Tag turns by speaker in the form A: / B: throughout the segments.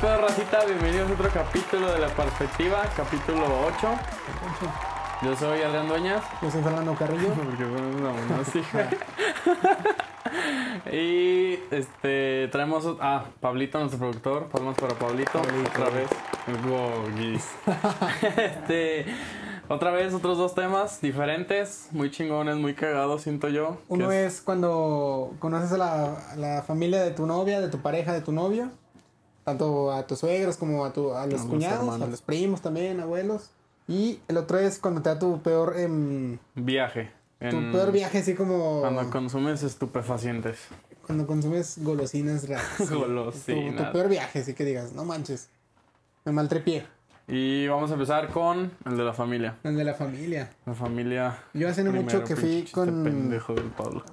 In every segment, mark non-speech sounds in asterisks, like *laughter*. A: pedo, racita? Bienvenidos a otro capítulo de La Perspectiva, capítulo 8. Yo soy Adrián Dueñas.
B: Yo soy Fernando
A: *laughs*
B: Carrillo.
A: Porque somos una *laughs* monástica. y este traemos ot- ah Pablito nuestro productor palmas para Pablito,
B: Pablito.
A: otra vez Wow, guis. *laughs* este otra vez otros dos temas diferentes muy chingones muy cagados siento yo
B: Uno
A: que
B: es cuando conoces a la, a la familia de tu novia, de tu pareja, de tu novio. Tanto a tus suegros como a, tu, a los
A: los
B: cuñados,
A: hermanos.
B: a los primos también, abuelos. Y el otro es cuando te da tu peor, em,
A: viaje
B: tu
A: en-
B: peor viaje, así como
A: cuando consumes estupefacientes
B: cuando consumes
A: *laughs*
B: golosinas raras.
A: Oh,
B: Tu,
A: golosinas
B: tu peor viaje, así que digas, no manches, me maltrepié.
A: y vamos a empezar con el de la familia
B: El de la familia.
A: la familia
B: Yo hace no
A: primero,
B: mucho que
A: pinche
B: fui
A: chiste
B: con...
A: pendejo del Pablo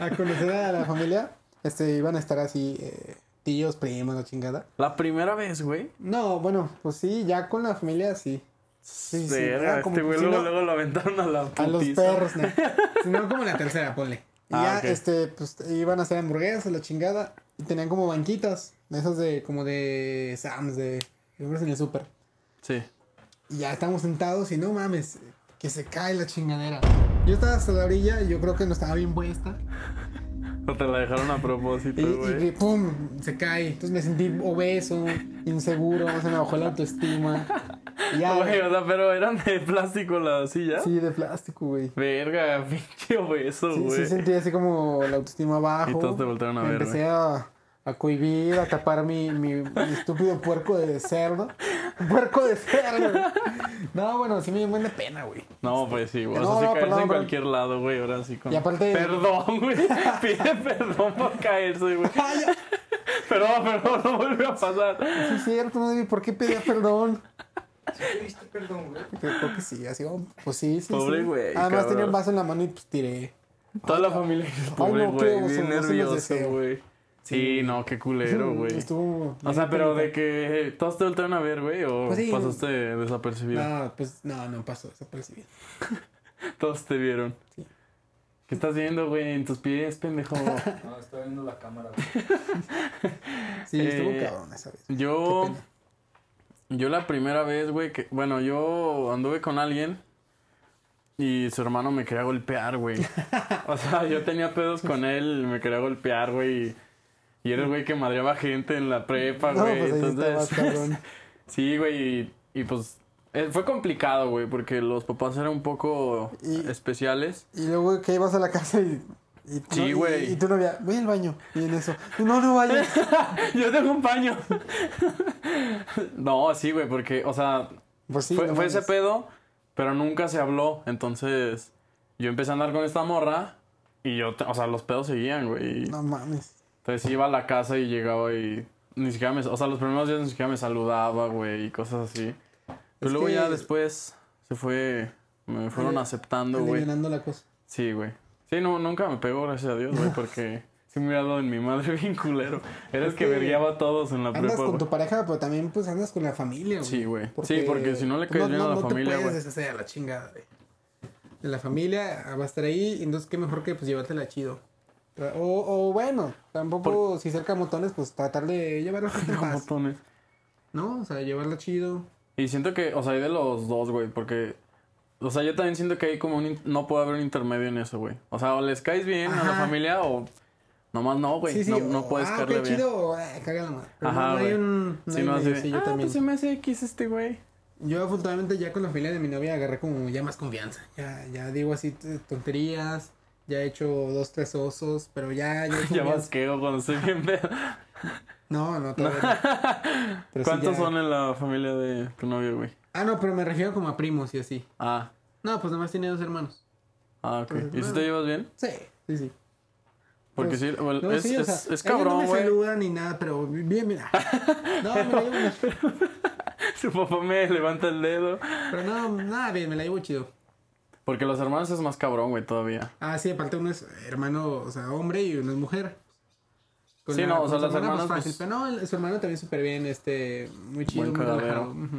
B: a conocer a la familia, este, iban a estar así, eh, tíos, primos, la chingada.
A: la primera vez güey
B: No, bueno, pues sí, ya con la familia sí. sí, sí,
A: Verga,
B: era como
A: este güey
B: si
A: luego,
B: no-
A: luego lo aventaron a la
B: A los
A: putiza. *laughs*
B: perros, no. Sino como la tercera, ponle. Y
A: Ah,
B: ya,
A: ok.
B: este, pues iban a hacer hamburguesas, la chingada. Y tenían como banquitas, de esas de, como de Sam's, de. Compras en el súper.
A: Sí.
B: Y ya estamos sentados y no mames, que se cae la chingadera. Yo estaba hasta la orilla, yo creo que no estaba bien puesta.
A: O te la dejaron a propósito,
B: Y,
A: güey.
B: y pum, se cae. Entonces me sentí obeso, inseguro, se me bajó la autoestima.
A: *laughs*
B: Y ya,
A: Güey, o sea, pero eran de plástico las sillas.
B: sí, de plástico, güey.
A: Verga, *laughs* pinche obeso,
B: Sí,
A: güey.
B: sí sentí así como la autoestima bajo.
A: Y todos te voltearon a ver,
B: Empecé a, a cohibir, a tapar mi, mi, mi estúpido puerco de cerdo. *laughs* Puerco de cerdo. güey. No, bueno, sí me dio buena pena, güey.
A: No, pues sí, güey. O sea,
B: No,
A: si
B: no,
A: caerse
B: perdón,
A: en
B: perdón.
A: cualquier lado, güey, ahora sí con...
B: Y aparte-
A: Perdón,
B: *laughs*
A: güey. Pide perdón por caerse, güey.
B: Ah,
A: *laughs* Perdón, perdón, no vuelve a pasar.
B: Sí, es cierto, no debí por qué pedir perdón.
C: Pediste perdón, güey.
B: Creo creo que sí, así, oh, pues sí, sí.
A: Pobre
B: sí.
A: güey,
B: Además tenía
A: cabrón.
B: un vaso en la mano y pues tiré.
A: Toda la familia. Pobre,
B: no, qué
A: güey,
B: oso,
A: bien
B: no se los
A: nervioso,
B: deseo.
A: güey. Sí, no, qué
B: *laughs*
A: culero, güey.
B: Estuvo.
A: O sea, pero de que *laughs* todos te voltearon a ver, güey, o
B: Pues sí.
A: pasaste desapercibido.
B: No, pues no, no pasó desapercibido.
A: Todos te vieron.
B: Sí.
A: ¿Qué estás viendo, güey? En tus pies,
C: *laughs*
A: pendejo.
C: No, estaba viendo la cámara, güey.
B: Sí,
A: Eh,
B: estuvo cabrón esa vez. Qué
A: Yo.
B: pena.
A: Yo la primera vez, güey, que. Bueno, yo anduve con alguien. Y su hermano me quería golpear,
B: *laughs*
A: güey. O sea, yo tenía pedos con él, me quería golpear, güey. y- Y era el güey que madreaba gente en la prepa,
B: No,
A: güey.
B: pues ahí
A: Entonces.
B: estabas, cabrón.
A: *laughs* sí, güey. Y, y, pues. eh, Fue complicado, güey, porque los papás eran un poco
B: Y-
A: especiales.
B: *laughs* Y luego que ibas a la casa y. y tú-
A: Sí,
B: y-
A: güey.
B: Y, tú no veías, voy al baño. Y en eso, no,
A: *laughs*
B: no vayas.
A: Yo tengo un paño. *laughs* no, sí, güey, porque, o sea,
B: Pues sí,
A: fue,
B: no
A: fue ese
B: mames.
A: pedo, pero nunca se habló. Entonces, yo empecé a andar con esta morra y yo, te- o sea, los pedos seguían, güey.
B: No mames.
A: Entonces iba a la casa y llegaba y ni siquiera me, o sea, los primeros días ni siquiera me saludaba, güey, y cosas así. Pero
B: Es
A: luego ya
B: que-
A: después se fue, me fueron
B: Ale-
A: aceptando, güey.
B: Eliminando la cosa.
A: Sí, güey. Sí, no, nunca me pegó, gracias a
B: *laughs*
A: Dios, güey, porque sí me hubiera dado en mi madre *laughs* bien culero. Era el
B: Es
A: que
B: que
A: vergueaba a todos en la
B: Andas
A: prepa,
B: con
A: güey.
B: tu pareja, pero también pues andas con la familia, güey. pues,
A: Sí, güey. Sí, porque si no le caes bien a la familia,
B: No te
A: güey.
B: puedes deshacer a la chingada, güey. De la familia ah, va a estar ahí, entonces qué mejor que pues llevártela chido. O, o bueno, tampoco si cerca motones, pues tratar de llevarla
A: *laughs*
B: en
A: *laughs* Con
B: paz.
A: botones.
B: No, o sea, llevarla chido.
A: Y siento que, o sea, hay de los dos, güey, porque... O sea, yo también siento que hay como un... in- No puede haber un intermedio en eso, güey. O sea, o les caes bien a la
B: Ajá.
A: familia o... Nomás no, güey. pues, no, no
B: o,
A: puedes
B: ah,
A: caerle
B: qué
A: bien.
B: chido, o, eh, caga la madre. Pero
A: Ajá,
B: no, no hay
A: güey.
B: un... No
A: Si
B: hay
A: no, así
B: medio,
A: de,
B: sí, yo
A: ah,
B: también.
A: pues se me hace X este
B: *laughs*
A: güey.
B: em,
A: *laughs*
B: Yo afortunadamente ya con la familia de mi novia agarré como ya más confianza. Ya, ya digo así t- tonterías, ya he hecho dos, tres osos,
A: *laughs*
B: pero ya... Ya, hay
A: Ya
B: confianza.
A: vasqueo cuando estoy bien pedo.
B: No, no, todavía
A: *laughs*
B: no. Pero sí
A: ¿Cuántos
B: ya-
A: son en la familia de tu novio, güey?
B: Ah, no, pero me refiero como a primos y así.
A: Ah,
B: No, pues nomás tiene dos hermanos.
A: ah, ok.
B: Pues,
A: ¿Y si
B: bueno.
A: te llevas bien?
B: Sí, sí, sí.
A: Porque
B: Pues,
A: sí, bueno,
B: No,
A: es,
B: sí, o
A: es-
B: sea,
A: es
B: ellos No
A: cabrón,
B: me
A: güey. *laughs*
B: saludan ni nada, pero bien, mira. No, me la llevo,
A: Su papá me levanta el dedo.
B: pero no, nada, bien, me la llevo chido.
A: Porque los hermanos es más cabrón, güey, todavía.
B: Ah, sí, aparte uno es hermano, o sea, hombre y uno es mujer.
A: Sí, no, o
B: con
A: sea,
B: su
A: las
B: hermana,
A: hermanas,
B: Pues fácil,
A: pues-
B: pero no, el- su hermano también súper bien, este, muy chido,
A: Buen
B: muy
A: cagadero.
B: relajado. ujú.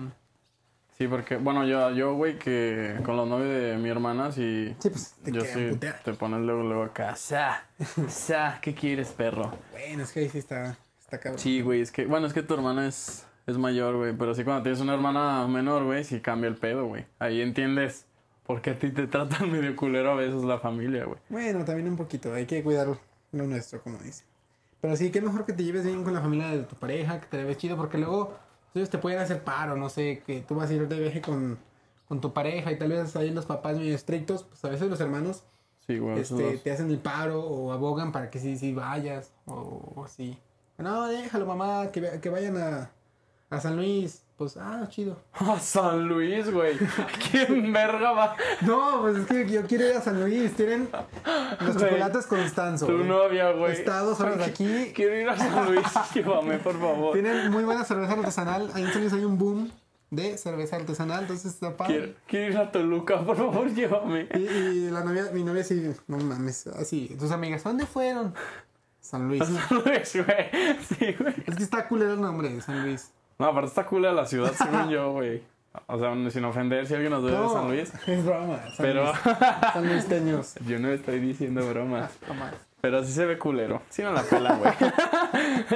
A: Sí, porque, bueno, yo, yo, güey, que con los novios de mi hermana, sí.
B: Sí, pues, te
A: yo
B: quedan
A: sí,
B: putear.
A: te pones luego, luego acá. Sa, sa, ¿qué quieres, perro?
B: Bueno, es que ahí sí está. Está cabrón.
A: Sí, güey, es que, bueno, es que tu hermana es, es mayor, güey, pero sí cuando tienes una hermana menor, güey, sí cambia el pedo, güey. Ahí entiendes por qué a ti te tratan *laughs* medio culero a veces la familia, güey.
B: Bueno, también un poquito. Hay que cuidar lo nuestro, como dicen. Pero sí, qué mejor que te lleves bien con la familia de tu pareja, que te lleves chido, porque luego ellos te pueden hacer paro, no sé, que tú vas a ir de viaje con, con tu pareja y tal vez ahí los papás medio estrictos, pues a veces los hermanos
A: Sí, güey. esos
B: este,
A: dos. *laughs*
B: te hacen el paro o abogan para que sí, sí vayas o, o así. No, déjalo, mamá, que, ve- que vayan a, a San Luis. Pues, ah,
A: *laughs*
B: chido.
A: A San Luis, güey. ¿Quién verga va?
B: No, pues es que yo quiero ir a San Luis. Tienen los
A: Güey,
B: chocolates Constanzo.
A: Tu
B: güey.
A: novia, güey.
B: Está a dos horas de aquí.
A: Quiero ir a San Luis, *laughs* llévame, por favor.
B: Tienen muy buena cerveza artesanal. Ahí en San Luis hay un boom de cerveza artesanal, entonces está
A: Quiero,
B: padre.
A: quiero ir a Toluca, por favor, llévame.
B: Y, y la novia, mi novia sí, no mames, así. Tus amigas, ¿dónde fueron? San Luis.
A: A San Luis, güey. Sí, güey.
B: Es que está culero el nombre de San Luis.
A: No, aparte está cool a la ciudad, según yo, güey. O sea, sin ofender si alguien nos debe de
B: No,
A: San Luis.
B: *laughs* Es broma. San
A: Pero
B: Luis. *laughs*
A: *laughs*
B: San Luisteños.
A: yo no estoy diciendo bromas.
B: No mames.
A: Pero sí se ve culero. Sí no la pelan, güey.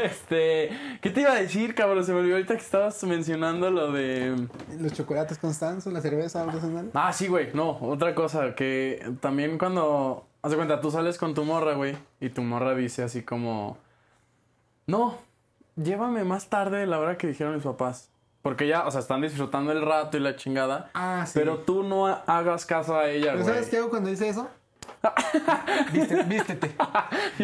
A: este. ¿Qué te iba a decir, cabrón? Se me olvidó ahorita que estabas mencionando lo de.
B: Los chocolates Constanzo, la cerveza artesanal.
A: Ah, sí, güey. No, otra cosa. Que también cuando. Haz de cuenta, tú sales con tu morra, güey. Y tu morra dice así como. No, llévame más tarde de la hora que dijeron mis papás. Porque ya, o sea, están disfrutando el rato y la chingada.
B: Ah, sí.
A: Pero tú no ha- hagas caso a ella,
B: ¿Pero
A: güey.
B: sabes qué hago cuando dice eso? Vístete. vístete.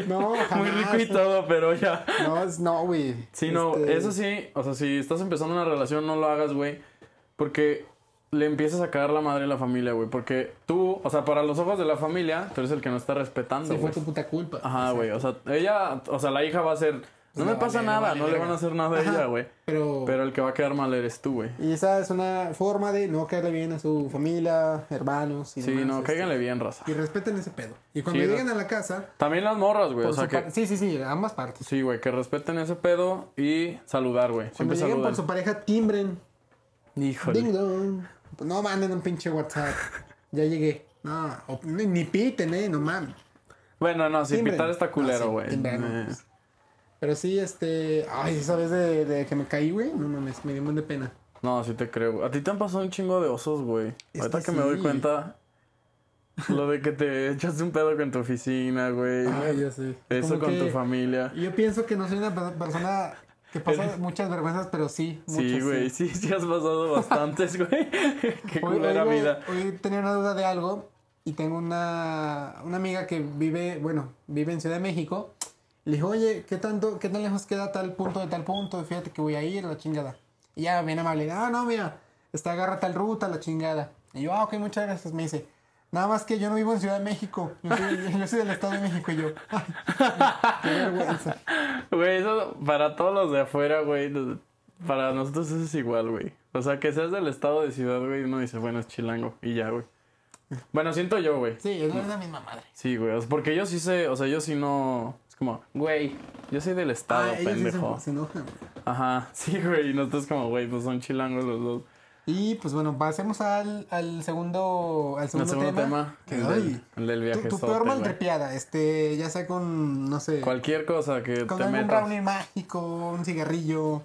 B: No,
A: *laughs*
B: jamás.
A: Muy rico y todo, pero ya.
B: No, es- no, güey.
A: Sí, no,
B: Este,
A: eso sí. O sea, si estás empezando una relación, no lo hagas, güey. Porque le empiezas a cagar la madre a la familia, güey. Porque tú, o sea, para los ojos de la familia, tú eres el que no está respetando,
B: Sí, fue
A: güey.
B: tu puta culpa.
A: Ajá, güey. O sea, ella, o sea, la hija va a ser. No
B: le
A: me pasa
B: vale,
A: nada,
B: vale
A: no le
B: verga.
A: van a hacer nada a
B: Ajá.
A: ella, güey.
B: Pero,
A: Pero el que va a quedar mal eres tú, güey.
B: Y esa es una forma de no caerle bien a su familia, hermanos y
A: Sí,
B: demás,
A: no,
B: este,
A: cáiganle bien, raza.
B: Y respeten ese pedo. Y cuando
A: Sí,
B: lleguen a la casa,
A: También las morras, güey. O
B: por
A: sea,
B: su
A: que.
B: par- sí, sí, sí, ambas partes.
A: Sí, güey, que respeten ese pedo y saludar, güey.
B: Cuando
A: Siempre
B: lleguen
A: saludar.
B: por su pareja, timbren.
A: Híjole.
B: Ding dong. Pues No manden un pinche WhatsApp. ya llegué. No, o- ni, ni piten, eh, no mames.
A: Bueno, no, si
B: Timbren.
A: pitar está culero,
B: Ah, sí,
A: güey.
B: timbren, no,
A: Eh,
B: pues. Pero sí, este. Ay, esa vez de, de que me caí, güey. No mames, me dio un de pena.
A: No, sí te creo. güey. A ti te han pasado un chingo de osos, güey.
B: Es
A: Ahorita que,
B: que
A: me doy
B: sí.
A: cuenta, lo de que te *laughs* echaste un pedo con tu oficina, güey.
B: Ay, ya sé.
A: Eh, Eso
B: Como
A: con tu
B: que-
A: familia.
B: Yo pienso que no soy una per- persona que pasa muchas vergüenzas, pero sí.
A: Sí,
B: muchas,
A: güey, sí, sí has pasado bastantes,
B: *laughs*
A: güey. *laughs* Qué
B: Hoy,
A: culera
B: hoy, güey,
A: vida.
B: hoy tenía una duda de algo y tengo una, una amiga que vive, bueno, vive en Ciudad de México. Le dije, oye, ¿qué tanto, qué tan lejos queda tal punto de tal punto? Fíjate que voy a ir, la chingada. Y ya, bien amable, ah, no, mira, está agarra tal ruta, la chingada. Y yo, ah, ok, muchas gracias, me dice. Nada más que yo no vivo en Ciudad de México, yo soy, *laughs* yo soy del Estado de México y yo. ay, qué vergüenza.
A: Güey, eso para todos los de afuera, güey. Para nosotros eso es igual, güey. O sea, que seas del estado de ciudad, güey, uno dice, bueno, es chilango. Y ya, güey. Bueno, siento yo, güey.
B: Sí, es la misma madre.
A: Sí, güey. o sea, Porque yo sí sé, o sea, yo sí no. Es como, güey, yo soy del estado,
B: Ah, ellos sí se-
A: pendejo.
B: se, *laughs* enojan, güey.
A: Ajá, *laughs* sí, güey. Y nosotros como, güey, pues son chilangos los dos.
B: Y pues bueno, pasemos al, al segundo, al
A: El
B: segundo,
A: segundo tema.
B: tema. Que,
A: el,
B: ay,
A: del, el del
B: tu-
A: viaje
B: tu,
A: sote,
B: peor
A: güey.
B: maltrepiada, este, ya sea con, no sé,
A: Cualquier cosa que
B: con
A: te
B: algún
A: metas.
B: brownie mágico, un cigarrillo,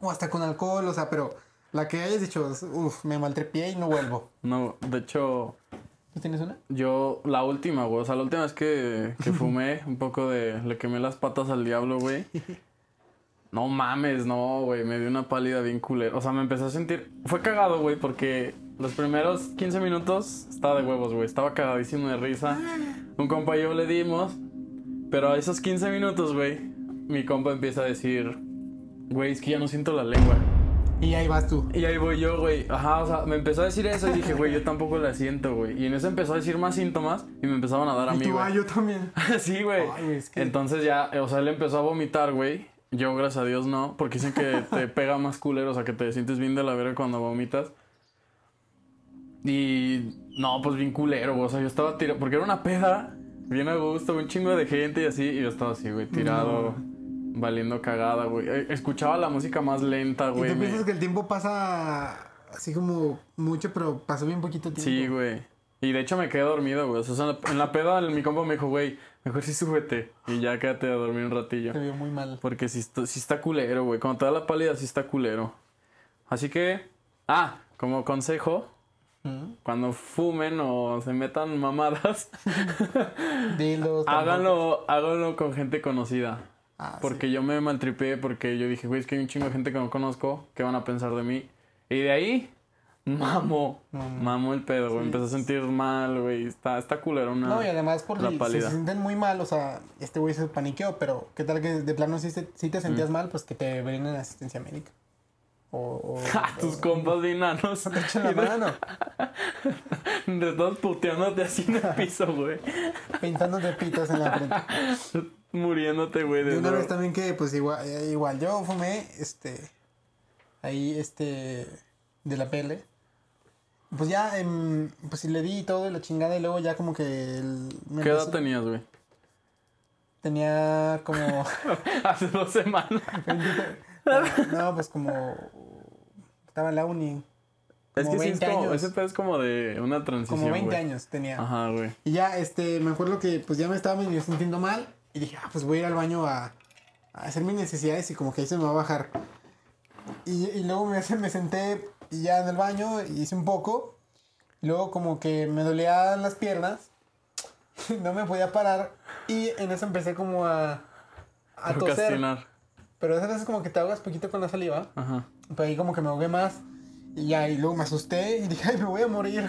B: o hasta con alcohol, o sea, pero la que hayas dicho, uff, me maltrepié y no vuelvo.
A: No, de hecho,
B: ¿Tú tienes una?
A: yo, la última, güey. O sea, la última es que, que fumé un poco de. Le quemé las patas al diablo, güey. No mames, no, güey. Me dio una pálida bien culera. O sea, me empecé a sentir. Fue cagado, güey, porque los primeros 15 minutos estaba de huevos, güey. Estaba cagadísimo de risa. Un compa y yo le dimos. Pero a esos 15 minutos, güey, mi compa empieza a decir: Güey, es que ya no siento la lengua.
B: Y ahí vas tú.
A: Y ahí voy yo, güey. Ajá, o sea, me empezó a decir eso y dije, güey, yo tampoco la siento, güey. Y en eso empezó a decir más síntomas y me empezaban a dar a
B: y
A: mí,
B: tú, ah,
A: güey.
B: yo también.
A: *laughs* sí, güey.
B: Ay, güey, es que-
A: Entonces ya, o sea, él empezó a vomitar, güey. Yo, gracias a Dios, no. Porque dicen que
B: *laughs*
A: te pega más culero, o sea, que te sientes bien de la verga cuando vomitas. Y no, pues bien culero, güey. O sea, yo estaba tirado, porque era una peda, bien a gusto, un chingo de gente y así. Y yo estaba así, güey, tirado, valiendo cagada, güey. Eh, Escuchaba la música más lenta,
B: Y
A: güey.
B: tú
A: me-
B: piensas que el tiempo pasa así como mucho, pero pasó bien poquito tiempo.
A: Sí, güey. Y de hecho me quedé dormido, güey. O sea, en la- en la peda el- mi compa me dijo, güey, Mejor sí súbete. Y ya quédate a dormir un ratillo.
B: Se vio muy mal.
A: Porque si, está culero, güey. Cuando te da la pálida, sí está culero. Así que, ah, como consejo,
B: Mm.
A: cuando fumen o se metan mamadas, *laughs*
B: Dilos. tampoco.
A: háganlo, háganlo con gente conocida.
B: Ah, sí.
A: Porque yo me maltripié porque yo dije, güey, es que hay un chingo de gente que no conozco, ¿qué van a pensar de mí? Y de ahí, mamo,
B: Mm.
A: mamo el pedo, güey.
B: Sí.
A: Empecé a sentir mal, güey. Está, está culerona.
B: No,
A: *laughs*
B: y además por
A: La
B: si, si
A: pálida.
B: se sienten muy mal, o sea, este güey se paniqueó, pero ¿qué tal que de plano si, se- si te
A: Mm.
B: sentías mal? Pues que te brinden asistencia médica. O, o-
A: *laughs* Ja, tus
B: o-
A: compas de enanos.
B: Te echan la
A: Y de-
B: mano,
A: De todos puteándote así en
B: *laughs*
A: el piso, güey.
B: pintándote pitos en la
A: *laughs*
B: frente.
A: Muriéndote, güey.
B: Y
A: De
B: una
A: dro-
B: vez también que, pues igual, eh, igual yo fumé, este, ahí, este, de la PL. Pues ya, em, pues sí le di y todo y la chingada y luego ya como que... el- me
A: ¿Qué edad
B: empezó-
A: tenías, güey? *laughs*
B: Tenía como...
A: Hace dos semanas.
B: no, pues como... Estaba en la uni,
A: es
B: Como
A: que sí, es
B: 20
A: como,
B: años.
A: ese pedo es como de una transición.
B: como 20
A: güey.
B: años tenía.
A: Ajá, güey.
B: Y ya, este, me acuerdo que pues ya me estaba medio sintiendo mal y dije, ah, pues voy a ir al baño a, a hacer mis necesidades y como que ahí se me va a bajar. Y, y luego me, *laughs* me senté y ya en el baño hice un poco. Luego como que me dolían las piernas, *laughs* no me podía parar y en eso empecé como a, a toser.
A: Procrastinar.
B: Pero esas veces como que te ahogas poquito con la saliva.
A: Ajá.
B: Pero ahí como que me ahogué más. Y ya, y luego me asusté y dije, ay, me voy a morir.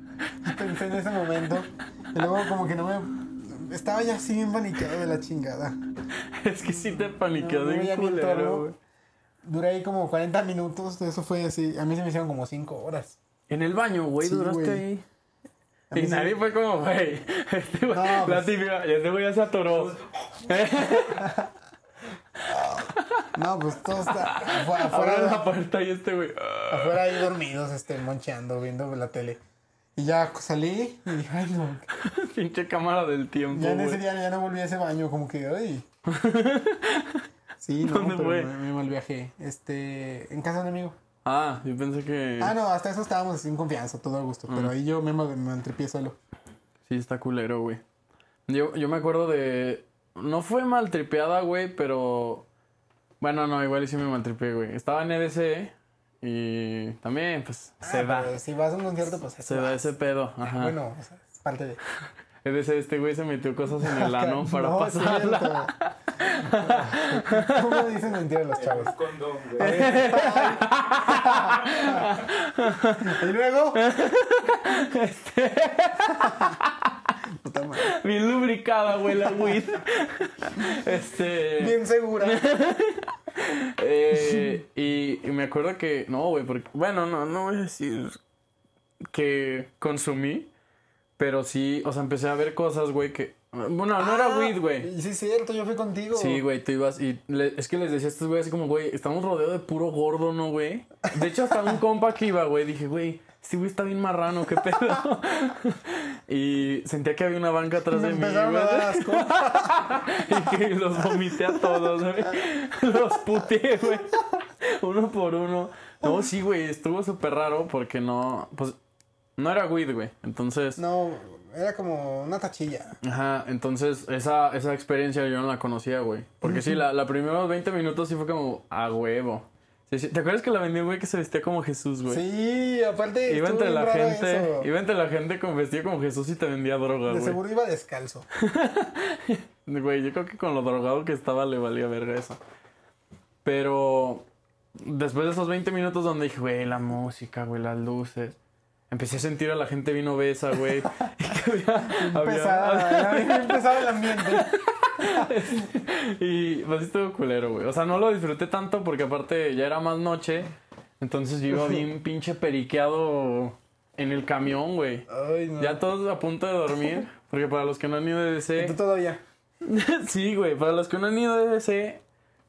B: *laughs* Pensé en ese momento. Y luego como que no me... Estaba ya así bien paniqueado de la chingada.
A: *laughs* Es que sí te paniqueas
B: Mm, No,
A: bien
B: ya ni el
A: culero,
B: torno.
A: güey.
B: Duré ahí como 40 minutos, eso fue así. A mí se me hicieron como 5 horas.
A: En el baño, güey,
B: Sí,
A: duraste
B: güey.
A: ahí.
B: A
A: Y
B: mí se-
A: nadie fue como, güey. *laughs* Este güey,
B: No,
A: la
B: pues-
A: típica, y este güey ya se atoró. *laughs*
B: No, pues todo
A: *laughs*
B: está afu-
A: Abre la
B: afuera,
A: puerta y este güey.
B: afuera ahí dormidos, este, moncheando, viendo la tele. Y ya salí y dije, ay, no.
A: *laughs* Pinche cámara del tiempo,
B: Ya en ese
A: güey.
B: día ya no volví a ese baño, como que,
A: *laughs*
B: ay. Sí, no,
A: ¿Dónde
B: pero
A: fue?
B: me, me mal viajé. Este, en casa de un amigo.
A: Ah, yo pensé que.
B: Ah, no, hasta eso estábamos sin confianza, todo a gusto.
A: Mm.
B: Pero ahí yo me, mal- me entrepié solo.
A: Sí, está culero, güey. Yo, yo me acuerdo de. No fue maltripeada, güey, pero. Bueno, no, igual y sí me maltripeé, güey. Estaba en E EDC eh, y también, pues, se
B: Ah,
A: da.
B: pero Si vas a un concierto, pues
A: Se
B: vas.
A: da ese pedo. Ajá.
B: Bueno, o sea, es parte de.
A: EDC, este güey se metió cosas en
B: *laughs*
A: el ano *laughs* para
B: No, es
A: pasarla.
B: cierto. *laughs* ¿Cómo dicen mentiras los chavos?
C: Un condón, güey.
A: *laughs*
B: Y luego. Puta madre.
A: Bien lubricada, güey, la weed. *laughs* este.
B: Bien segura.
A: Eh, y, y me acuerdo que. No, güey, porque. Bueno, no, no voy a decir que consumí. Pero sí, o sea, empecé a ver cosas, güey, que. Bueno, no era
B: Ah,
A: weed, güey.
B: Sí, es cierto, yo fui contigo.
A: Sí, güey, tú ibas y le- es que les decía a estos güeyes así como, güey, estamos rodeados de puro gordo, ¿no, güey? De hecho, hasta un compa que iba, güey, dije, güey, este güey está bien marrano, qué pedo. *laughs* y sentía que había una banca atrás
B: Me
A: de mí,
B: empezaron a
A: güey.
B: dar asco.
A: *laughs* Y que los vomité a todos, güey. *laughs* Los puté, güey. Uno por uno. No, sí, güey, estuvo súper raro porque no. Pues no era weed, güey. Entonces.
B: No, era como una tachilla.
A: Ajá, entonces esa, esa experiencia yo no la conocía, güey. Porque sí, la, la primeros 20 minutos sí fue como a huevo. Sí, sí. ¿Te acuerdas que la vendí, güey, que se vestía como Jesús, güey?
B: Sí, aparte.
A: Iba
B: estuvo
A: entre
B: bien
A: la
B: raro
A: gente,
B: eso.
A: iba entre la gente con vestido como Jesús y te vendía droga,
B: De
A: güey.
B: seguro iba descalzo.
A: Güey, yo creo que con lo drogado que estaba le valía verga eso. Pero después de esos 20 minutos donde dije, güey, la música, güey, las luces. Empecé a sentir a la gente bien obesa, güey. *laughs* y que había- había-
B: Pesada, ya bien pesado el ambiente.
A: Y pues sí estuvo culero, güey. O sea, no lo disfruté tanto porque aparte ya era más noche. Entonces yo iba
B: *laughs*
A: bien pinche periqueado en el camión, güey.
B: Ay, no.
A: Ya todos a punto de dormir. Porque para los que no han ido de DC...
B: Tú todavía.
A: *laughs* sí, güey. Para los que no han ido de DC,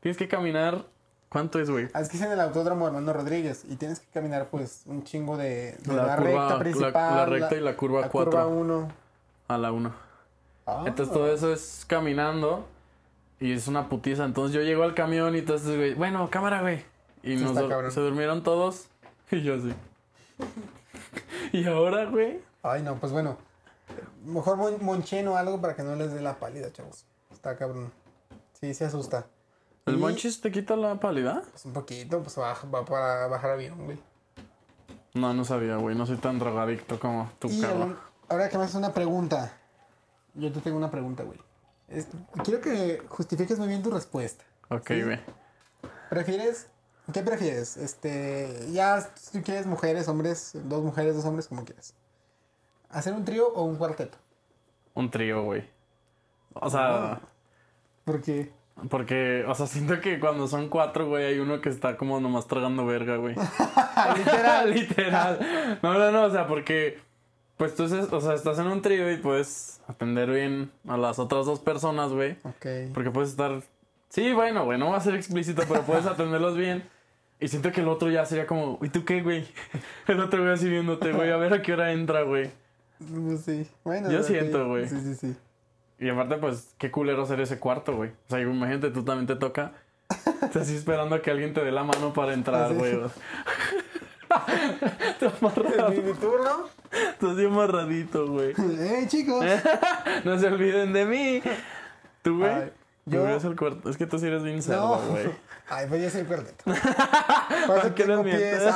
A: tienes que caminar... ¿Cuánto es, güey?
B: Ah, Es que es en el autódromo Hermano Rodríguez y tienes que caminar pues un chingo de, de
A: La curva- la-
B: la, recta principal.
A: la recta y la curva cuatro.
B: curva Ah, 1.
A: A la una. Entonces todo eso es caminando. Y es una putiza. Entonces yo llego al camión y entonces, güey, bueno, cámara, güey. Y
B: Sí
A: nos
B: está
A: dur-
B: cabrón.
A: se durmieron todos. *laughs* Y yo así. y ahora, güey.
B: Ay, no, pues bueno. Mejor mon- monchen o algo para que no les dé la pálida, chavos. Está cabrón. Sí, se asusta.
A: ¿El
B: Y,
A: monchis te quita la pálida?
B: Pues un poquito, pues baja- va, para bajar avión, güey.
A: No, no sabía, güey. No soy tan drogadicto como tú,
B: Y
A: cabrón.
B: algún- ahora que me haces una pregunta. Yo te tengo una pregunta, güey. Es- quiero que justifiques muy bien tu respuesta.
A: Ok,
B: Sí.
A: güey.
B: ¿Prefieres? ¿Qué prefieres? Este, ya si tú quieres mujeres, hombres, dos mujeres, dos hombres, como quieras. ¿Hacer un trío o un cuarteto?
A: Un trío, güey. O sea,
B: Porque
A: porque, o sea, siento que cuando son cuatro, güey, hay uno que está como nomás tragando verga,
B: *laughs*
A: güey. literal, *laughs* literal. No, no, no, o sea, porque, pues tú, es- o sea, estás en un trío y puedes atender bien a las otras dos personas, güey.
B: Ok.
A: Porque puedes estar. Sí, bueno, güey, no va a ser explícito, pero
B: *laughs*
A: puedes atenderlos bien. Y siento que el otro ya sería como, ¿y tú qué, güey? *laughs* El otro güey así viéndote, güey, a ver a qué hora entra, güey.
B: Pues sí. Bueno,
A: Yo
B: ok.
A: siento, güey.
B: Sí, sí, sí.
A: Y aparte, pues, qué culero ser ese cuarto, güey. O sea, imagínate, tú también te toca. Estás así esperando a que alguien te dé la mano para entrar,
B: Así.
A: güey. *laughs* Te amarras,
B: *laughs* Mi turno. *laughs*
A: Estás bien amarradito, güey.
B: ¡Ey, Eh, chicos!
A: Eh, No se olviden de mí. ¿Tú, güey?
B: Ay,
A: Yo...
B: yo-
A: el cuarto. Es que tú sí eres bien cerdo,
B: No. *laughs*
A: güey.
B: Ay, pues yo
A: *laughs*
B: soy cuarteto. Por
A: ¿Para
B: eso
A: qué
B: tengo
A: les miento?
B: pies.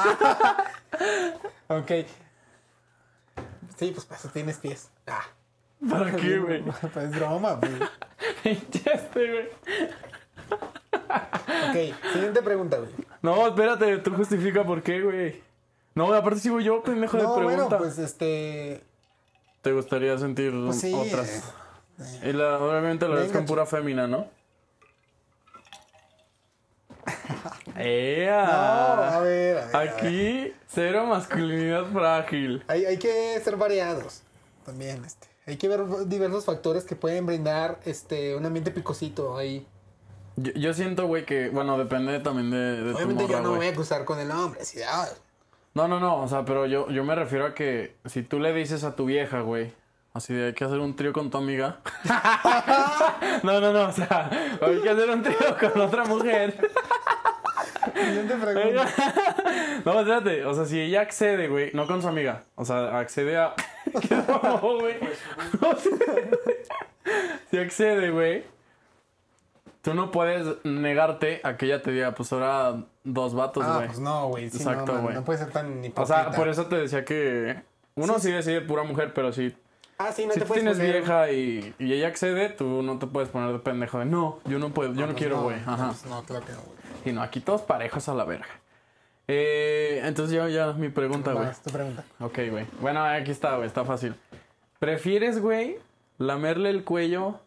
B: Ah. ok. *laughs* Sí, pues para eso tienes pies. Ah.
A: ¿Para qué, güey?
B: *laughs* Pues broma, güey.
A: *laughs* Pinchaste, güey.
B: Ok, siguiente pregunta, güey.
A: No, espérate, tú justifica por qué, güey. No, aparte sigo yo, pendejo
B: No,
A: de pregunta.
B: bueno, pues este.
A: ¿Te gustaría sentir
B: Pues sí.
A: otras?
B: eh,
A: Y la, obviamente la ves
B: Venga,
A: con pura fémina,
B: *laughs*
A: ¿no?
B: No, a
A: ¡Ea!
B: ver, a ver. a ver.
A: Ah. Aquí, cero masculinidad frágil.
B: Hay, hay que ser variados también, este. Hay que ver diversos factores que pueden brindar este un ambiente picosito ahí.
A: Yo, yo siento, güey, que, bueno, depende también de, de tu
B: Obviamente
A: morra,
B: yo no me
A: güey.
B: voy a cruzar con el hombre, así de, ah,
A: No, no, no, o sea, pero yo, yo me refiero a que si tú le dices a tu vieja, güey, así de hay que hacer un trío con tu amiga. *laughs* no, no, no, o sea, hay que hacer un trío con otra mujer. *laughs*
B: Siguiente
A: no,
B: pregunta.
A: espérate, o sea, si ella accede, güey, no con su amiga, o sea, accede a. *laughs* ¿Qué mamó, güey? O sea, si accede, güey, tú no puedes negarte a que ella te diga, pues ahora dos vatos,
B: Ah,
A: güey.
B: pues no, güey. sí, no,
A: Exacto,
B: no,
A: güey.
B: No, puede ser tan
A: O
B: hipócrita.
A: sea, por eso te decía que uno sí, decide pura mujer, pero si,
B: Ah, sí, no
A: si
B: te
A: tú
B: puedes
A: tienes
B: poner-
A: vieja y, y ella accede, tú no te puedes poner de pendejo de no, yo no puedo, yo no,
B: pues
A: quiero, güey.
B: No,
A: Ajá.
B: pues no, claro que no, güey.
A: Y no, aquí todos parejos a la verga. Eh, entonces ya, ya mi pregunta, güey.
B: Vas, tu pregunta.
A: Ok, güey. Bueno, aquí está, güey, está fácil. ¿Prefieres, güey, lamerle el
B: *laughs*
A: cuello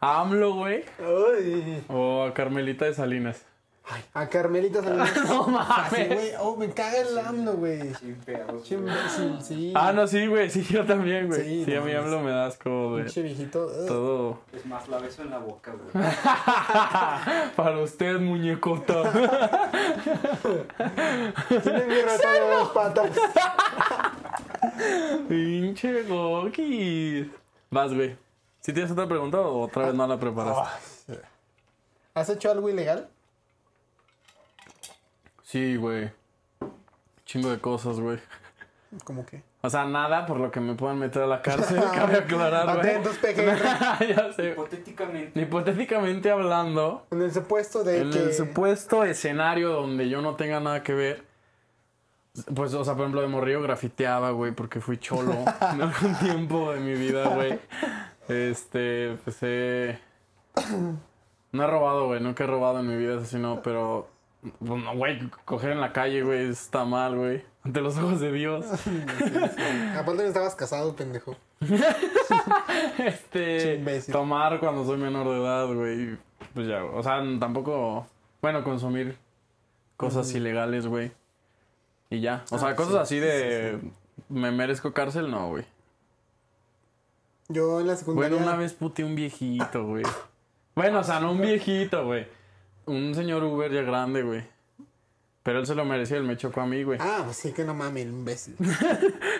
A: a AMLO, güey, o a Carmelita de Salinas?
B: *laughs* Ay, a
A: *laughs*
B: Carmelita Salinas.
A: No
B: Así,
A: mames.
B: güey. Oh, me caga el AMLO, güey.
C: Sin pedos,
B: Pinche
C: güey.
B: imbécil, sí.
A: Ah, no, sí, güey, sí, yo también, güey. Sí,
B: Sí,
A: a
B: no
A: mí
B: mames.
A: AMLO me da asco, güey.
B: Pinche viejito. ugh.
A: Todo.
C: Es más, la beso en la boca, güey.
A: Para usted, muñecota.
B: Tiene mi rata de dos patas.
A: *laughs* Pinche Goki. Vas, güey. ¿Si tienes otra pregunta o otra vez no la preparaste?
B: Ay, *laughs* ¿Has hecho algo ilegal?
A: Sí, güey. Chingo de cosas, güey.
B: ¿Cómo que?
A: O sea, nada por lo que me puedan meter a la cárcel, *laughs* cabe aclarar, güey.
B: Atentos, PGR.
A: *laughs* ya sé.
C: Hipotéticamente,
A: Hipotéticamente hablando,
B: En el supuesto de
A: en
B: que.
A: el supuesto escenario donde yo no tenga nada que ver, pues, o sea, por ejemplo, de morrillo grafiteaba, güey, porque fui
B: *laughs*
A: cholo en algún tiempo de mi vida, güey. Este, pues, eh, no he robado, güey, nunca he robado en mi vida, eso sí no, pero, bueno, güey, coger en la calle, güey, está mal, güey, ante los ojos de Dios.
B: Aparte no estabas casado, pendejo.
A: Este,
B: Imbécil.
A: tomar cuando soy menor de edad, güey. Pues ya, o sea, n- tampoco, bueno, consumir cosas ilegales, güey. Y ya, o sea,
B: Ah,
A: cosas
B: sí,
A: así de me merezco cárcel, no, güey.
B: Yo en la secundaria.
A: Bueno, una vez puteé un viejito, güey. Bueno, o sea, no un viejito, güey. Un señor Uber ya grande, güey. Pero él se lo merecía, él me chocó a mí, güey.
B: Ah, pues sí que no mames, imbécil.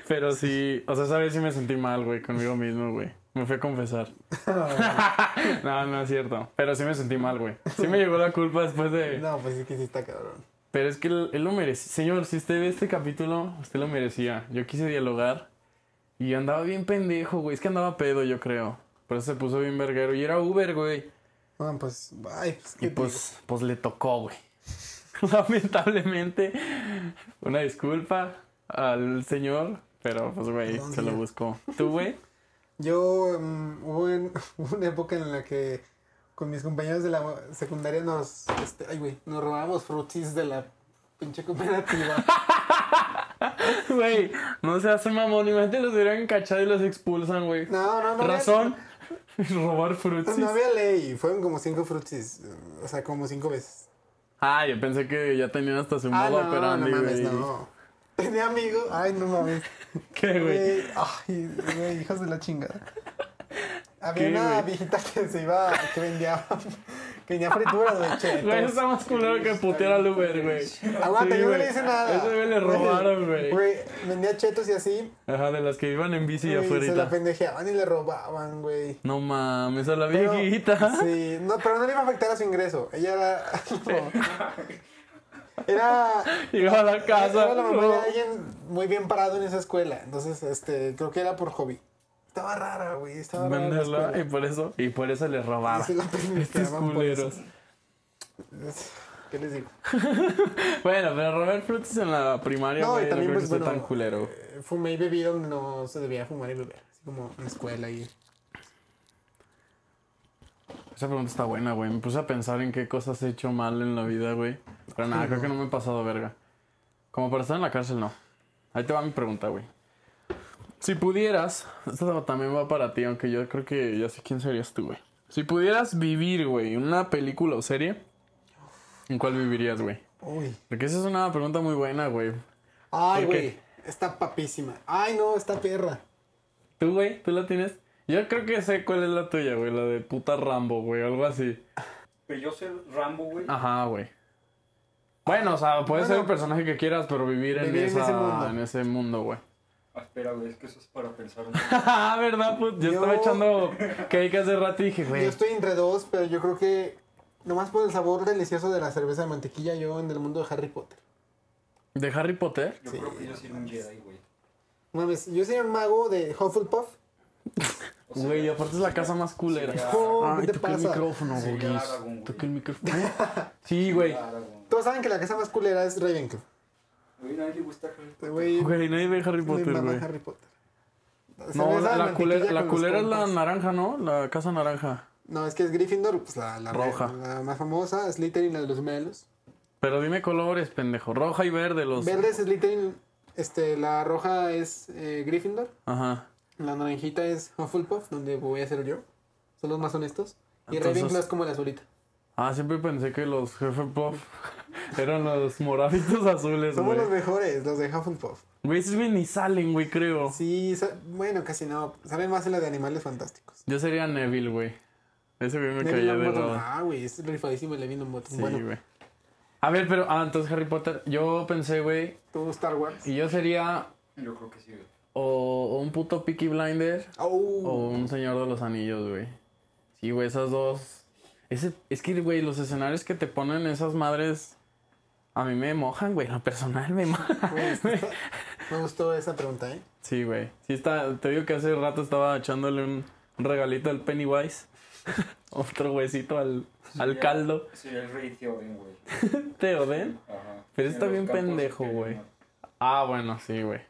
A: Pero sí, o sea, esa vez sí me sentí mal, güey, conmigo mismo, güey. Me fui a
B: *laughs*
A: confesar. no, no es cierto. Pero sí me sentí mal, güey. Sí me llegó la culpa después de...
B: No, pues sí que sí está cabrón.
A: Pero es que él, él lo merecía. Señor, si usted ve este capítulo, usted lo merecía. Yo quise dialogar Y yo andaba bien pendejo, güey. Es que andaba pedo, yo creo. Por eso se puso bien verguero. Y era Uber, güey.
B: Bueno, pues, ay, pues, ¿qué
A: Y
B: te
A: pues, pues le tocó, güey. *laughs* Lamentablemente, una disculpa al señor, pero pues, güey,
B: Perdón,
A: se lo
B: señor.
A: buscó. ¿Tú, güey?
B: Yo mm, hubo en- *laughs* hubo una época en la que con mis compañeros de la secundaria nos, este, ay, güey, nos robábamos frutis de la pinche
A: *laughs*
B: cooperativa.
A: Güey, no se hace mamón. Imagínate los hubieran cachado y los expulsan, güey.
B: No, no, no. había-
A: Razón, *laughs* robar
B: No,
A: frutis.
B: no había ley, fueron como cinco frutis, o sea, como cinco veces.
A: Ah, yo pensé que ya tenían hasta su modo
B: Ah, no,
A: operandi,
B: no mames,
A: güey.
B: no. Tenía amigos, ay, no mames.
A: ¿Qué, *laughs* güey?
B: Güey, Ay, güey, hijos de la chingada. Había
A: ¿Qué,
B: una
A: güey?
B: viejita que se iba, que vendía, *laughs* que vendía frituras de
A: *laughs*
B: chetos.
A: Güey, eso está más culero que putear al Uber, güey.
B: Aguanta,
A: Sí,
B: yo no
A: güey.
B: le hice nada.
A: Ese güey le
B: *laughs*
A: robaron, güey.
B: Güey, vendía chetos y así.
A: Ajá, de las que iban en bici
B: y se la
A: afuera.
B: pendejeaban y le robaban, güey.
A: No mames, a la
B: Pero-
A: viejita.
B: Sí, no, pero no le iba a afectar a su ingreso. Ella era. *laughs*
A: *laughs*
B: era.
A: *laughs* Llegaba a la casa.
B: Era la mamá
A: no.
B: de alguien muy bien parado en esa escuela. Entonces, este, creo que era por hobby. Estaba rara, güey. Estaba rara. la
A: Venderla,
B: escuela.
A: y por eso, y por eso le
B: Y
A: robaba.
B: se la
A: *laughs*
B: pendejeaban
A: Estos
B: por eso.
A: culeros.
B: ¿Qué les digo?
A: Bueno, pero Robert Frutis en la primaria,
B: No, y
A: güey, no,
B: también,
A: creo que
B: pues,
A: esté
B: bueno,
A: tan culero.
B: Eh, Fumé y bebí donde no se debía fumar y beber. Así como en la escuela y.
A: Esa pregunta está buena, güey. Me puse a pensar en qué cosas he hecho mal en la vida, güey. Pero nada, creo que no me he pasado verga. Como para estar en la cárcel, no. Ahí te va mi pregunta, güey. Si pudieras, esto también va para ti, aunque yo creo que ya sé quién serías tú, güey. Si pudieras vivir, güey, una película o serie, ¿en cuál vivirías, güey?
B: Uy.
A: Porque esa es una pregunta muy buena, güey.
B: Ay,
A: ¿Por qué?
B: güey. Está papísima. Ay, no, está perra.
A: ¿Tú, güey? ¿Tú la tienes? Yo creo que sé cuál es la tuya, güey. La de puta Rambo, güey. Algo así.
C: Pero yo soy Rambo, güey.
A: Ajá, güey. Bueno, o sea, puede
B: Bueno.
A: ser el personaje que quieras, pero vivir, en,
B: Vivir en
A: esa-
B: ese mundo.
A: en ese mundo, güey. *laughs*
C: Ah, espera, güey, es que eso es para pensar. ¿no?
A: Ah, ¿verdad, put? Yo,
B: Yo-
A: estaba echando cake hace rato y dije, güey.
B: Yo estoy entre dos, pero yo creo que. Nomás por el sabor delicioso de la cerveza de mantequilla, yo en el mundo de Harry Potter.
A: ¿De Harry Potter?
C: Yo
B: Sí,
C: creo que yo
B: no
C: soy un Jedi, güey.
B: Mames, yo sería un mago de Hufflepuff.
C: O sea,
A: Güey, aparte es la casa más culera.
C: sería-
B: Oh,
A: Ay,
B: ¿qué te
A: toqué el
B: pasa?
A: micrófono,
C: Sería
A: güey.
C: Aragorn, güey.
A: Toqué el micrófono. Sí, güey.
C: Ah, güey.
B: Todos saben que la casa más culera es Ravenclaw. Este
C: Güey, nadie le gusta Harry Potter.
B: Güey,
A: Güey, nadie ve Harry
B: mi
A: Potter,
B: mamá
A: güey.
B: Harry Potter.
A: No,
B: Cerveza
A: la,
B: de
A: la
B: mantequilla
A: culera,
B: con
A: la
B: los
A: culera es la
B: compas.
A: naranja, ¿no? La casa naranja.
B: No, es que es Gryffindor, pues la, la
A: Roja.
B: La más famosa, Slytherin, la de los melos.
A: Pero dime colores, pendejo. Roja y verde, los.
B: Verde es Slytherin, este, la roja es eh, Gryffindor,
A: Ajá.
B: la naranjita es Hufflepuff, donde voy a ser yo. Son los más honestos. Y
A: Entonces-
B: Ravenclaw es como la azulita.
A: Ah, siempre pensé que los jefe pop *laughs* eran los moraditos azules,
B: Somos
A: güey.
B: los mejores, los de Hufflepuff.
A: Güey, esos güey ni salen, güey, creo.
B: Sí, sa- bueno, casi no. Saben más en la de animales fantásticos.
A: Yo sería Neville, güey. Ese güey me caía
B: Neville
A: de
B: Longbottom,
A: lado.
B: Ah, güey, es rifadísimo el Levin Longbottom.
A: Sí,
B: bueno,
A: güey. A ver, pero, ah, entonces Harry Potter, yo pensé, güey,
B: tú Star Wars.
A: y yo sería
C: Yo creo que sí, güey.
A: o, o un puto Peaky Blinder o
B: Oh,
A: un Señor de los Anillos, güey. Sí, güey, esas dos. Ese, es que, güey, los escenarios que te ponen esas madres a mí me mojan, güey. Lo personal me *laughs* moja.
B: güey, está- me gustó esa pregunta, ¿eh?
A: Sí, güey. Sí está, te digo que hace rato estaba echándole un un regalito al Pennywise. *laughs* Otro huesito al, al
C: ya.
A: caldo.
C: Sería el Rey Theoden, güey.
A: ¿Te oden?
C: Ajá.
A: Pero
C: En
A: está
C: los
A: bien
C: campos
A: pendejo,
C: que hay,
A: güey.
C: ¿no?
A: Ah, bueno, sí, güey.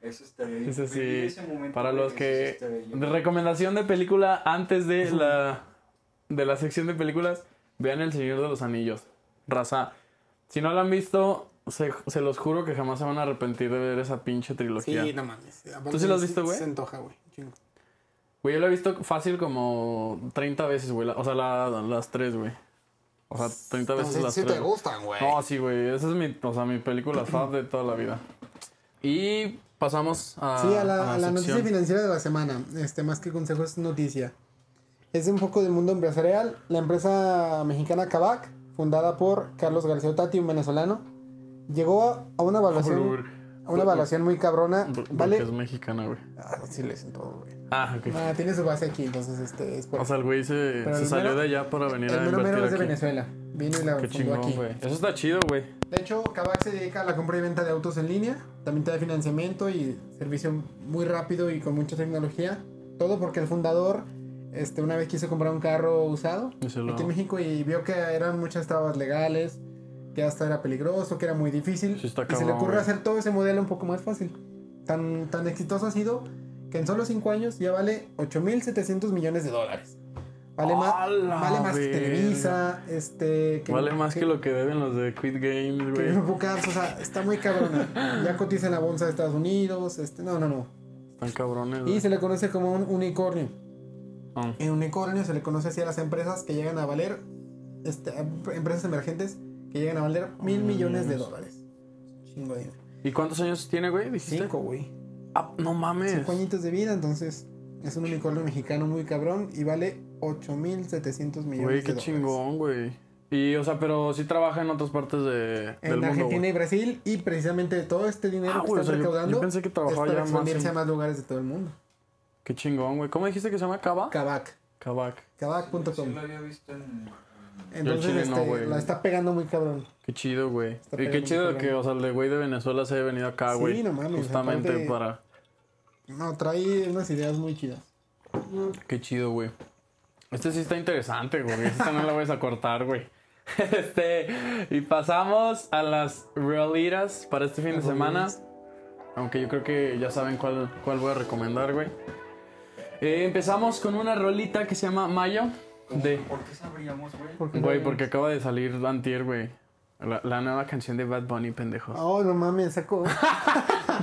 C: Eso estaría bien.
A: Eso sí,
C: Vivir ese momento,
A: Para
C: güey,
A: los
C: eso
A: que...
C: sí estaría bien.
A: de Recomendación de película antes de la... De la sección de películas, vean El Señor de los Anillos. Raza. Si no la han visto, se, se los juro que jamás se van a arrepentir de ver esa pinche
B: Sí,
A: trilogía.
B: no mames.
A: ¿Tú sí lo has visto, güey?
B: Se antoja, güey. Chingo.
A: Güey, yo la he visto fácil como 30 veces, güey. La- O sea, la- las tres, güey. O sea, 30 veces
B: Entonces,
A: las
B: sí
A: tres.
B: te gustan, güey.
A: No, sí, güey. Esa es mi, o sea, mi *clears throat* película fab de toda la vida. Y pasamos a.
B: Sí, a la, a la
A: sección.
B: noticia financiera de la semana. Este, más que consejo es noticia. Es un poco del mundo empresarial. La empresa mexicana Kavak, fundada por Carlos García Otati, un venezolano, llegó a- a una
A: Blur.
B: evaluación, a una evaluación muy cabrona.
A: Por- porque
B: Vale.
A: es mexicana, güey.
B: Ah, sí, le hacen todo, güey.
A: Ah, ok.
B: Ah, tiene su base aquí, entonces este, es por
A: O sea, el güey se,
B: Pero
A: se
B: el
A: salió
B: mero-
A: de allá para venir
B: El
A: a
B: mero
A: invertir
B: mero es de
A: aquí.
B: Venezuela. Vino y la
A: Qué
B: fundó aquí.
A: chingón, güey. Eso está chido, güey.
B: De hecho, Kavak se dedica a la compra y venta de autos en línea. También te da financiamiento y servicio muy rápido y con mucha tecnología. Todo porque el fundador este, una vez quiso comprar un carro usado
A: Y se lo-
B: aquí en México y vio que eran muchas trabas legales, que hasta era peligroso, que era muy difícil.
A: Sí está
B: y se le
A: cabrón,
B: ocurrió
A: güey.
B: hacer todo ese modelo un poco más fácil. Tan, tan exitoso ha sido que en solo 5 años ya vale 8.700 millones de dólares. Vale,
A: ¡A
B: más,
A: la
B: vale más que
A: verga!
B: Televisa, este...
A: Vale más que lo que deben los de Quit Games,
B: que
A: güey.
B: Grupo Cars, o sea, está muy cabrona. Ya cotiza en la bolsa de Estados Unidos, este, no, no, no.
A: Están cabrones,
B: Y
A: güey.
B: se le conoce como un unicornio.
A: Ah.
B: En unicornio se le conoce así a las empresas que llegan a valer, este, a empresas emergentes que llegan a valer
A: Oh,
B: mil millones de
A: millones.
B: dólares. Chingo de dinero.
A: ¿Y cuántos años tiene, güey? ¿Dijiste?
B: Cinco, güey.
A: Ah, no mames.
B: Cinco añitos de vida, entonces es un unicornio mexicano muy cabrón y vale 8.700 millones
A: Güey,
B: de
A: qué
B: dólares.
A: chingón, güey. Y, o sea, pero sí trabaja en otras partes de,
B: En
A: del mundo,
B: Argentina
A: güey.
B: y Brasil y precisamente todo este dinero
A: Ah,
B: que
A: güey,
B: están
A: o sea, yo-
B: recaudando
A: yo pensé que
B: es
A: trabajaba
B: para
A: ya más.
B: expandirse a
A: en-
B: más lugares de todo el mundo.
A: Qué chingón, güey. ¿Cómo dijiste que se llama Cava?
B: Kavak.
A: Kavak.
C: Sí,
B: Kavak.com.
C: lo había visto en. en-
B: Entonces,
A: chile no,
B: este,
A: güey.
B: la está pegando muy cabrón.
A: Qué chido, güey.
B: Está
A: Y qué
B: pegando
A: chido
B: muy
A: que,
B: cabrón.
A: o sea, el de güey de Venezuela se haya venido acá,
B: Sí,
A: güey.
B: no mames,
A: Justamente
B: aparte-
A: para.
B: No, trae unas ideas muy chidas.
A: Qué chido, güey. Este sí está interesante, güey. Esta no la voy a cortar, güey. *laughs* Este, y pasamos a las realitas para este fin de
B: Las
A: semana.
B: realitas.
A: Aunque yo creo que ya saben cuál, cuál voy a recomendar, güey. Eh, empezamos con una rolita que se llama Mayo.
C: ¿Cómo-
A: De,
C: ¿Por qué sabríamos, güey?
B: Porque-
A: güey, porque acaba de salir Antier, güey. La, la nueva canción de Bad Bunny, pendejos.
B: Oh, no mames, sacó.
A: *laughs*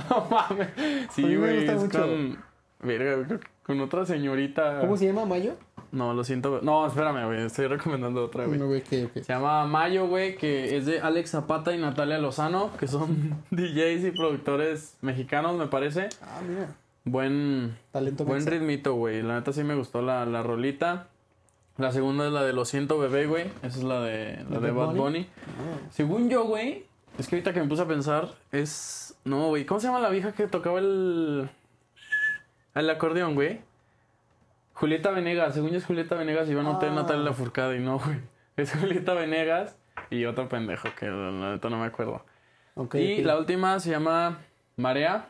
A: No mames.
B: A mí
A: Sí,
B: me
A: güey,
B: gusta
A: es
B: mucho.
A: con. Verga, güey, creo que con otra señorita.
B: ¿Cómo se llama Mayo?
A: No, lo siento. No, espérame, güey. Estoy recomendando otra, Ah, güey.
B: No, güey, que, que.
A: Se llama Mayo, güey, que es de Alex Zapata y Natalia Lozano, que son *laughs* DJs y productores mexicanos, me parece.
B: Ah, mira.
A: Buen,
B: Talento
A: buen
B: mexa.
A: ritmito, güey. La neta sí me gustó la, la rolita. La segunda es la de Lo siento, bebé, güey. Esa es la de, la
B: ¿De
A: de
B: Bad
A: Bad
B: Bunny?
A: Bunny.
B: Ah,
A: Según yo, güey, es que ahorita que me puse a pensar, es. No, güey. ¿Cómo se llama la vieja que tocaba el. el acordeón, güey? Julieta Venegas. Según yo es Julieta Venegas y van a tener
B: Ah.
A: Natalia Lafourcade y no, güey. Es Julieta Venegas y otro pendejo que la la neta no me acuerdo.
B: Ok,
A: y
B: ok.
A: la última se llama Marea,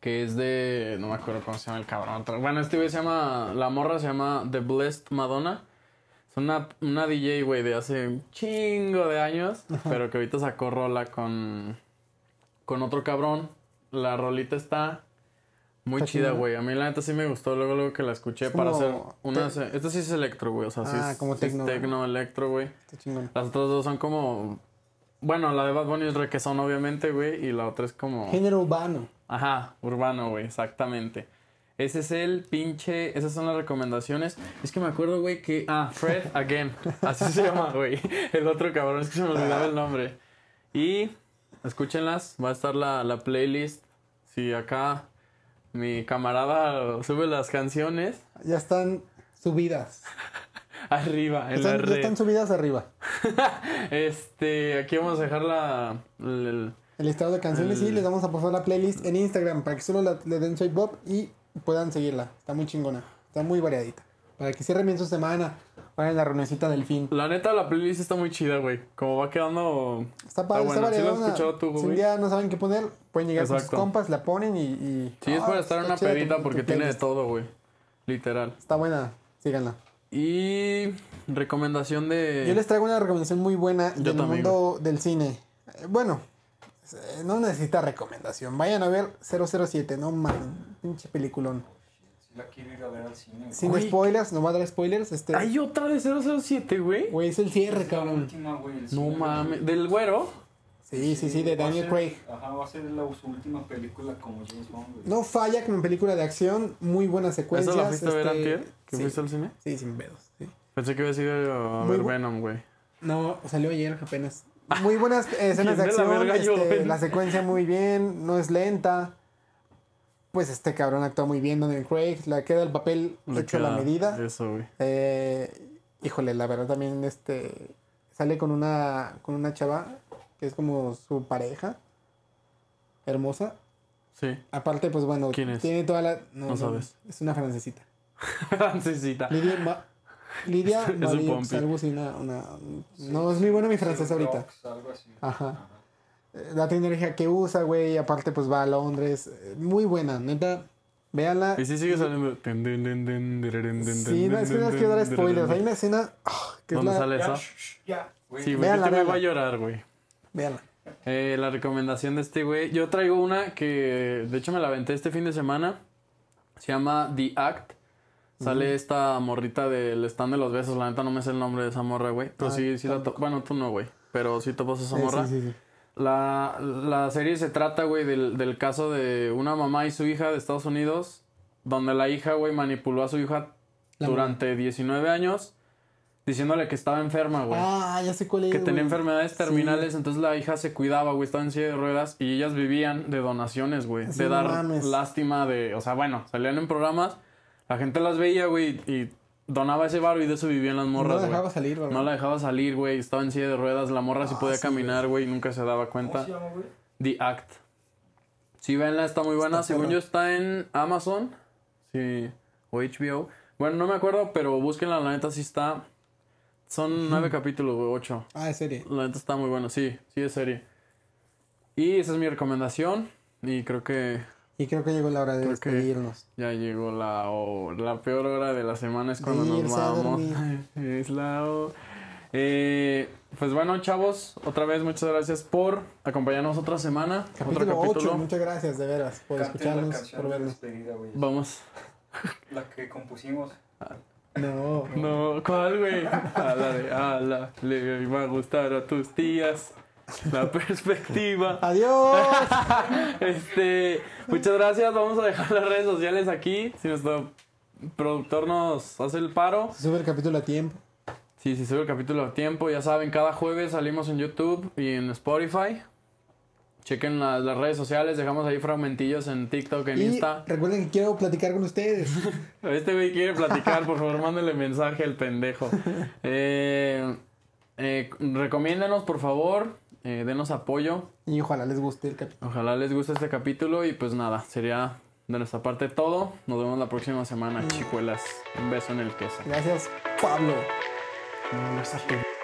A: que es de. No me acuerdo cómo se llama el cabrón. pero Bueno, este güey se llama. La morra se llama The Blessed Madonna. Es una, una DJ, güey, de hace un chingo de años. Pero que ahorita sacó rola con. Con otro cabrón. La rolita está. Muy
B: Está
A: chida,
B: chingona.
A: güey. A mí la neta sí me gustó luego, luego que la escuché
B: Es
A: para hacer
B: como
A: una...
B: tec-
A: se- Esta sí es electro, güey. O sea, sí
B: Ah,
A: es,
B: como
A: sí es
B: tecno.
A: tecno, electro, güey.
B: Está chingón.
A: Las otras dos son como. Bueno, la de Bad Bunny es requesón, obviamente, güey. Y la otra es como.
B: Género urbano.
A: Ajá, urbano, güey, exactamente. Ese es el pinche. Esas son las recomendaciones. Es que me acuerdo, güey, que. Ah, Fred Again. *laughs* Así se llama, güey. El otro cabrón, es que se me olvidaba el nombre. Y. Escúchenlas, va a estar la, la playlist. Si acá mi camarada sube las canciones, *laughs*
B: Ya están subidas.
A: arriba, en la
B: Están- ya
A: red.
B: están subidas arriba.
A: Este, aquí vamos a dejar la. el- el-
B: El listado de canciones y les vamos a pasar la playlist en Instagram para que solo la- le den swipe up y puedan seguirla. Está muy chingona. Está muy variadita. Para que cierren bien su semana. Vayan a la reunioncita del fin.
A: La neta, la playlist está muy chida, güey. Como va quedando.
B: Está padre, está,
A: buena. Sí, la has
B: variadona.
A: escuchado tú,
B: si
A: güey.
B: un día no saben qué poner, pueden llegar con sus
A: Exacto.
B: compas, la ponen y... y-
A: Sí, es
B: Ah,
A: para estar en
B: está
A: una
B: chida tu-
A: pedita
B: tu
A: porque tiene de
B: playlist.
A: todo, güey. Literal.
B: Está buena, síganla.
A: Y. Recomendación de.
B: Yo les traigo una recomendación muy buena
A: Yo
B: del
A: también,
B: mundo del cine. Eh, Bueno, eh, no necesita recomendación. Vayan a ver 007, no man, pinche peliculón.
C: Si la quiero ir a ver al cine. güey.
B: Sin
A: Güey.
B: spoilers, no va a dar spoilers. Este,
A: Hay otra de 007, güey.
B: güey, es el cierre,
C: La
B: cabrón.
C: última, güey. el
A: No
C: cine,
A: mames. Del güero.
B: Sí, sí, sí, de
C: Eh, va a
B: Daniel
C: ser-
B: Craig.
C: Ajá, va a ser la, su última película como James Bond, güey.
B: No falla como película de acción, muy buenas secuencias.
A: ¿Esa la fuiste a ver
B: este,
A: antier? ¿Que
B: sí,
A: fuiste al cine?
B: sí, sin pedos. Sí.
A: Pensé que había sido a
B: Muy
A: ver
B: bu-
A: Venom, güey.
B: No, salió ayer
A: *laughs*
B: apenas. Muy buenas eh, escenas de
A: ¿Quién de la
B: acción,
A: verga yo,
B: este,
A: güey?
B: la secuencia muy bien, no es lenta. Pues este cabrón actúa muy bien, Daniel Craig, le queda el papel
A: Le
B: hecho a la
A: queda
B: medida.
A: Eso, güey.
B: Eh, híjole, la verdad también este sale con una con una chava que es como su pareja hermosa.
A: Sí. *laughs*
B: Aparte pues bueno,
A: ¿Quién es?
B: tiene toda la
A: No sabes.
B: es una francesita.
A: Francesita.
B: Lidia Ma- Lidia
A: *laughs* Es un
B: Mavioux,
A: pompi.
B: algo así, una, una- No es muy bueno mi francés ahorita.
C: Crocs, algo así.
A: Ah,
B: Ajá. Eh, La tecnología que usa, güey, aparte pues va a Londres. Eh, Muy buena, neta. Véanla.
A: Y sí sigue saliendo. Ten, ten, ten, ten, tererén, ten,
B: Sí,
A: ten,
B: no, es que no
A: ten,
B: les quiero dar
A: ten,
B: spoilers. Hay
A: tererén.
B: una escena ah, que es
A: ¿Dónde
B: la...
A: sale
C: Ya,
A: eso?
C: shh, shh, ya, güey.
A: Sí, güey, yo
B: Véanla,
A: también
B: véanla.
A: voy a llorar, güey.
B: Véanla.
A: Eh, la recomendación de este güey. Yo traigo una que, de hecho, me la aventé este fin de semana. Se llama The Act. Sale esta morrita del stand de los besos. La neta no me sé el nombre de esa morra, güey. Pero
B: Ah,
A: sí, sí la to- Bueno, tú no, güey. Pero sí topas a esa
B: Sí,
A: morra.
B: sí, sí, sí.
A: La, la serie se trata, güey, del, del caso de una mamá y su hija de Estados Unidos, donde la hija, güey, manipuló a su hija
B: La
A: durante 19 años, diciéndole que estaba enferma, güey.
B: Ah, ya sé cuál es.
A: que tenía
B: güey.
A: enfermedades
B: Sí.
A: terminales, entonces la hija se cuidaba, güey, estaba en silla de ruedas y ellas vivían de donaciones, güey.
B: Sí,
A: de
B: no
A: dar
B: mames.
A: lástima de... O sea, bueno, salían en programas, la gente las veía, güey, y donaba ese barro y de eso vivían las morras,
B: No la
A: güey.
B: dejaba salir, ¿verdad?
A: No la dejaba salir, güey, estaba en silla de ruedas, la morra sí
B: Ah,
A: podía
B: sí, Oh,
A: caminar, güey, y nunca se daba
C: ¿Cómo
A: cuenta.
C: se llama, güey?
A: The Act. Sí, venla, está muy buena.
B: Está
A: Según
B: perra.
A: yo está en Amazon. Sí. O HBO. Bueno, no me acuerdo, pero búsquenla, la neta sí está. Son nueve capítulos, güey, ocho.
B: Ah, es serie.
A: La neta está muy buena, sí, sí es serie. Y esa es mi recomendación. Y creo que
B: Y creo que llegó la hora de
A: Creo que-
B: despedirnos.
A: ya llegó la, o- la peor hora de la semana, es cuando
B: De
A: nos
B: irse a
A: vamos.
B: dormir.
A: *laughs* es la o- Eh, pues bueno, chavos, otra vez muchas gracias por acompañarnos otra semana.
B: Capítulo
A: otro
B: 8,
A: capítulo.
B: muchas gracias, de veras, por
C: Canten la
B: escucharnos,
C: canción
B: por
C: de
B: vernos.
C: despedida, güey.
A: Vamos.
C: La que compusimos.
B: No,
A: No, ¿cuál, güey? A la de ala, le va a gustar a tus tías la *laughs* perspectiva.
B: Adiós. *laughs*
A: Este, muchas gracias. Vamos a dejar las redes sociales aquí. Si nuestro productor nos hace el paro.
B: Sube el capítulo a tiempo.
A: Sí, si sube el capítulo a tiempo, ya saben, cada jueves salimos en YouTube y en Spotify. Chequen la- las redes sociales, dejamos ahí fragmentillos en TikTok, en
B: Y
A: Insta.
B: recuerden que quiero platicar con ustedes.
A: Este güey quiere platicar, por favor, mándale mensaje al pendejo. Eh, eh, recomiéndenos, por favor, eh, denos apoyo.
B: Y ojalá les guste el capítulo.
A: Ojalá les guste este capítulo y pues nada, sería de nuestra parte todo. Nos vemos la próxima semana, chicuelas. Un beso en el queso.
B: Gracias, Pablo.
A: Un beso.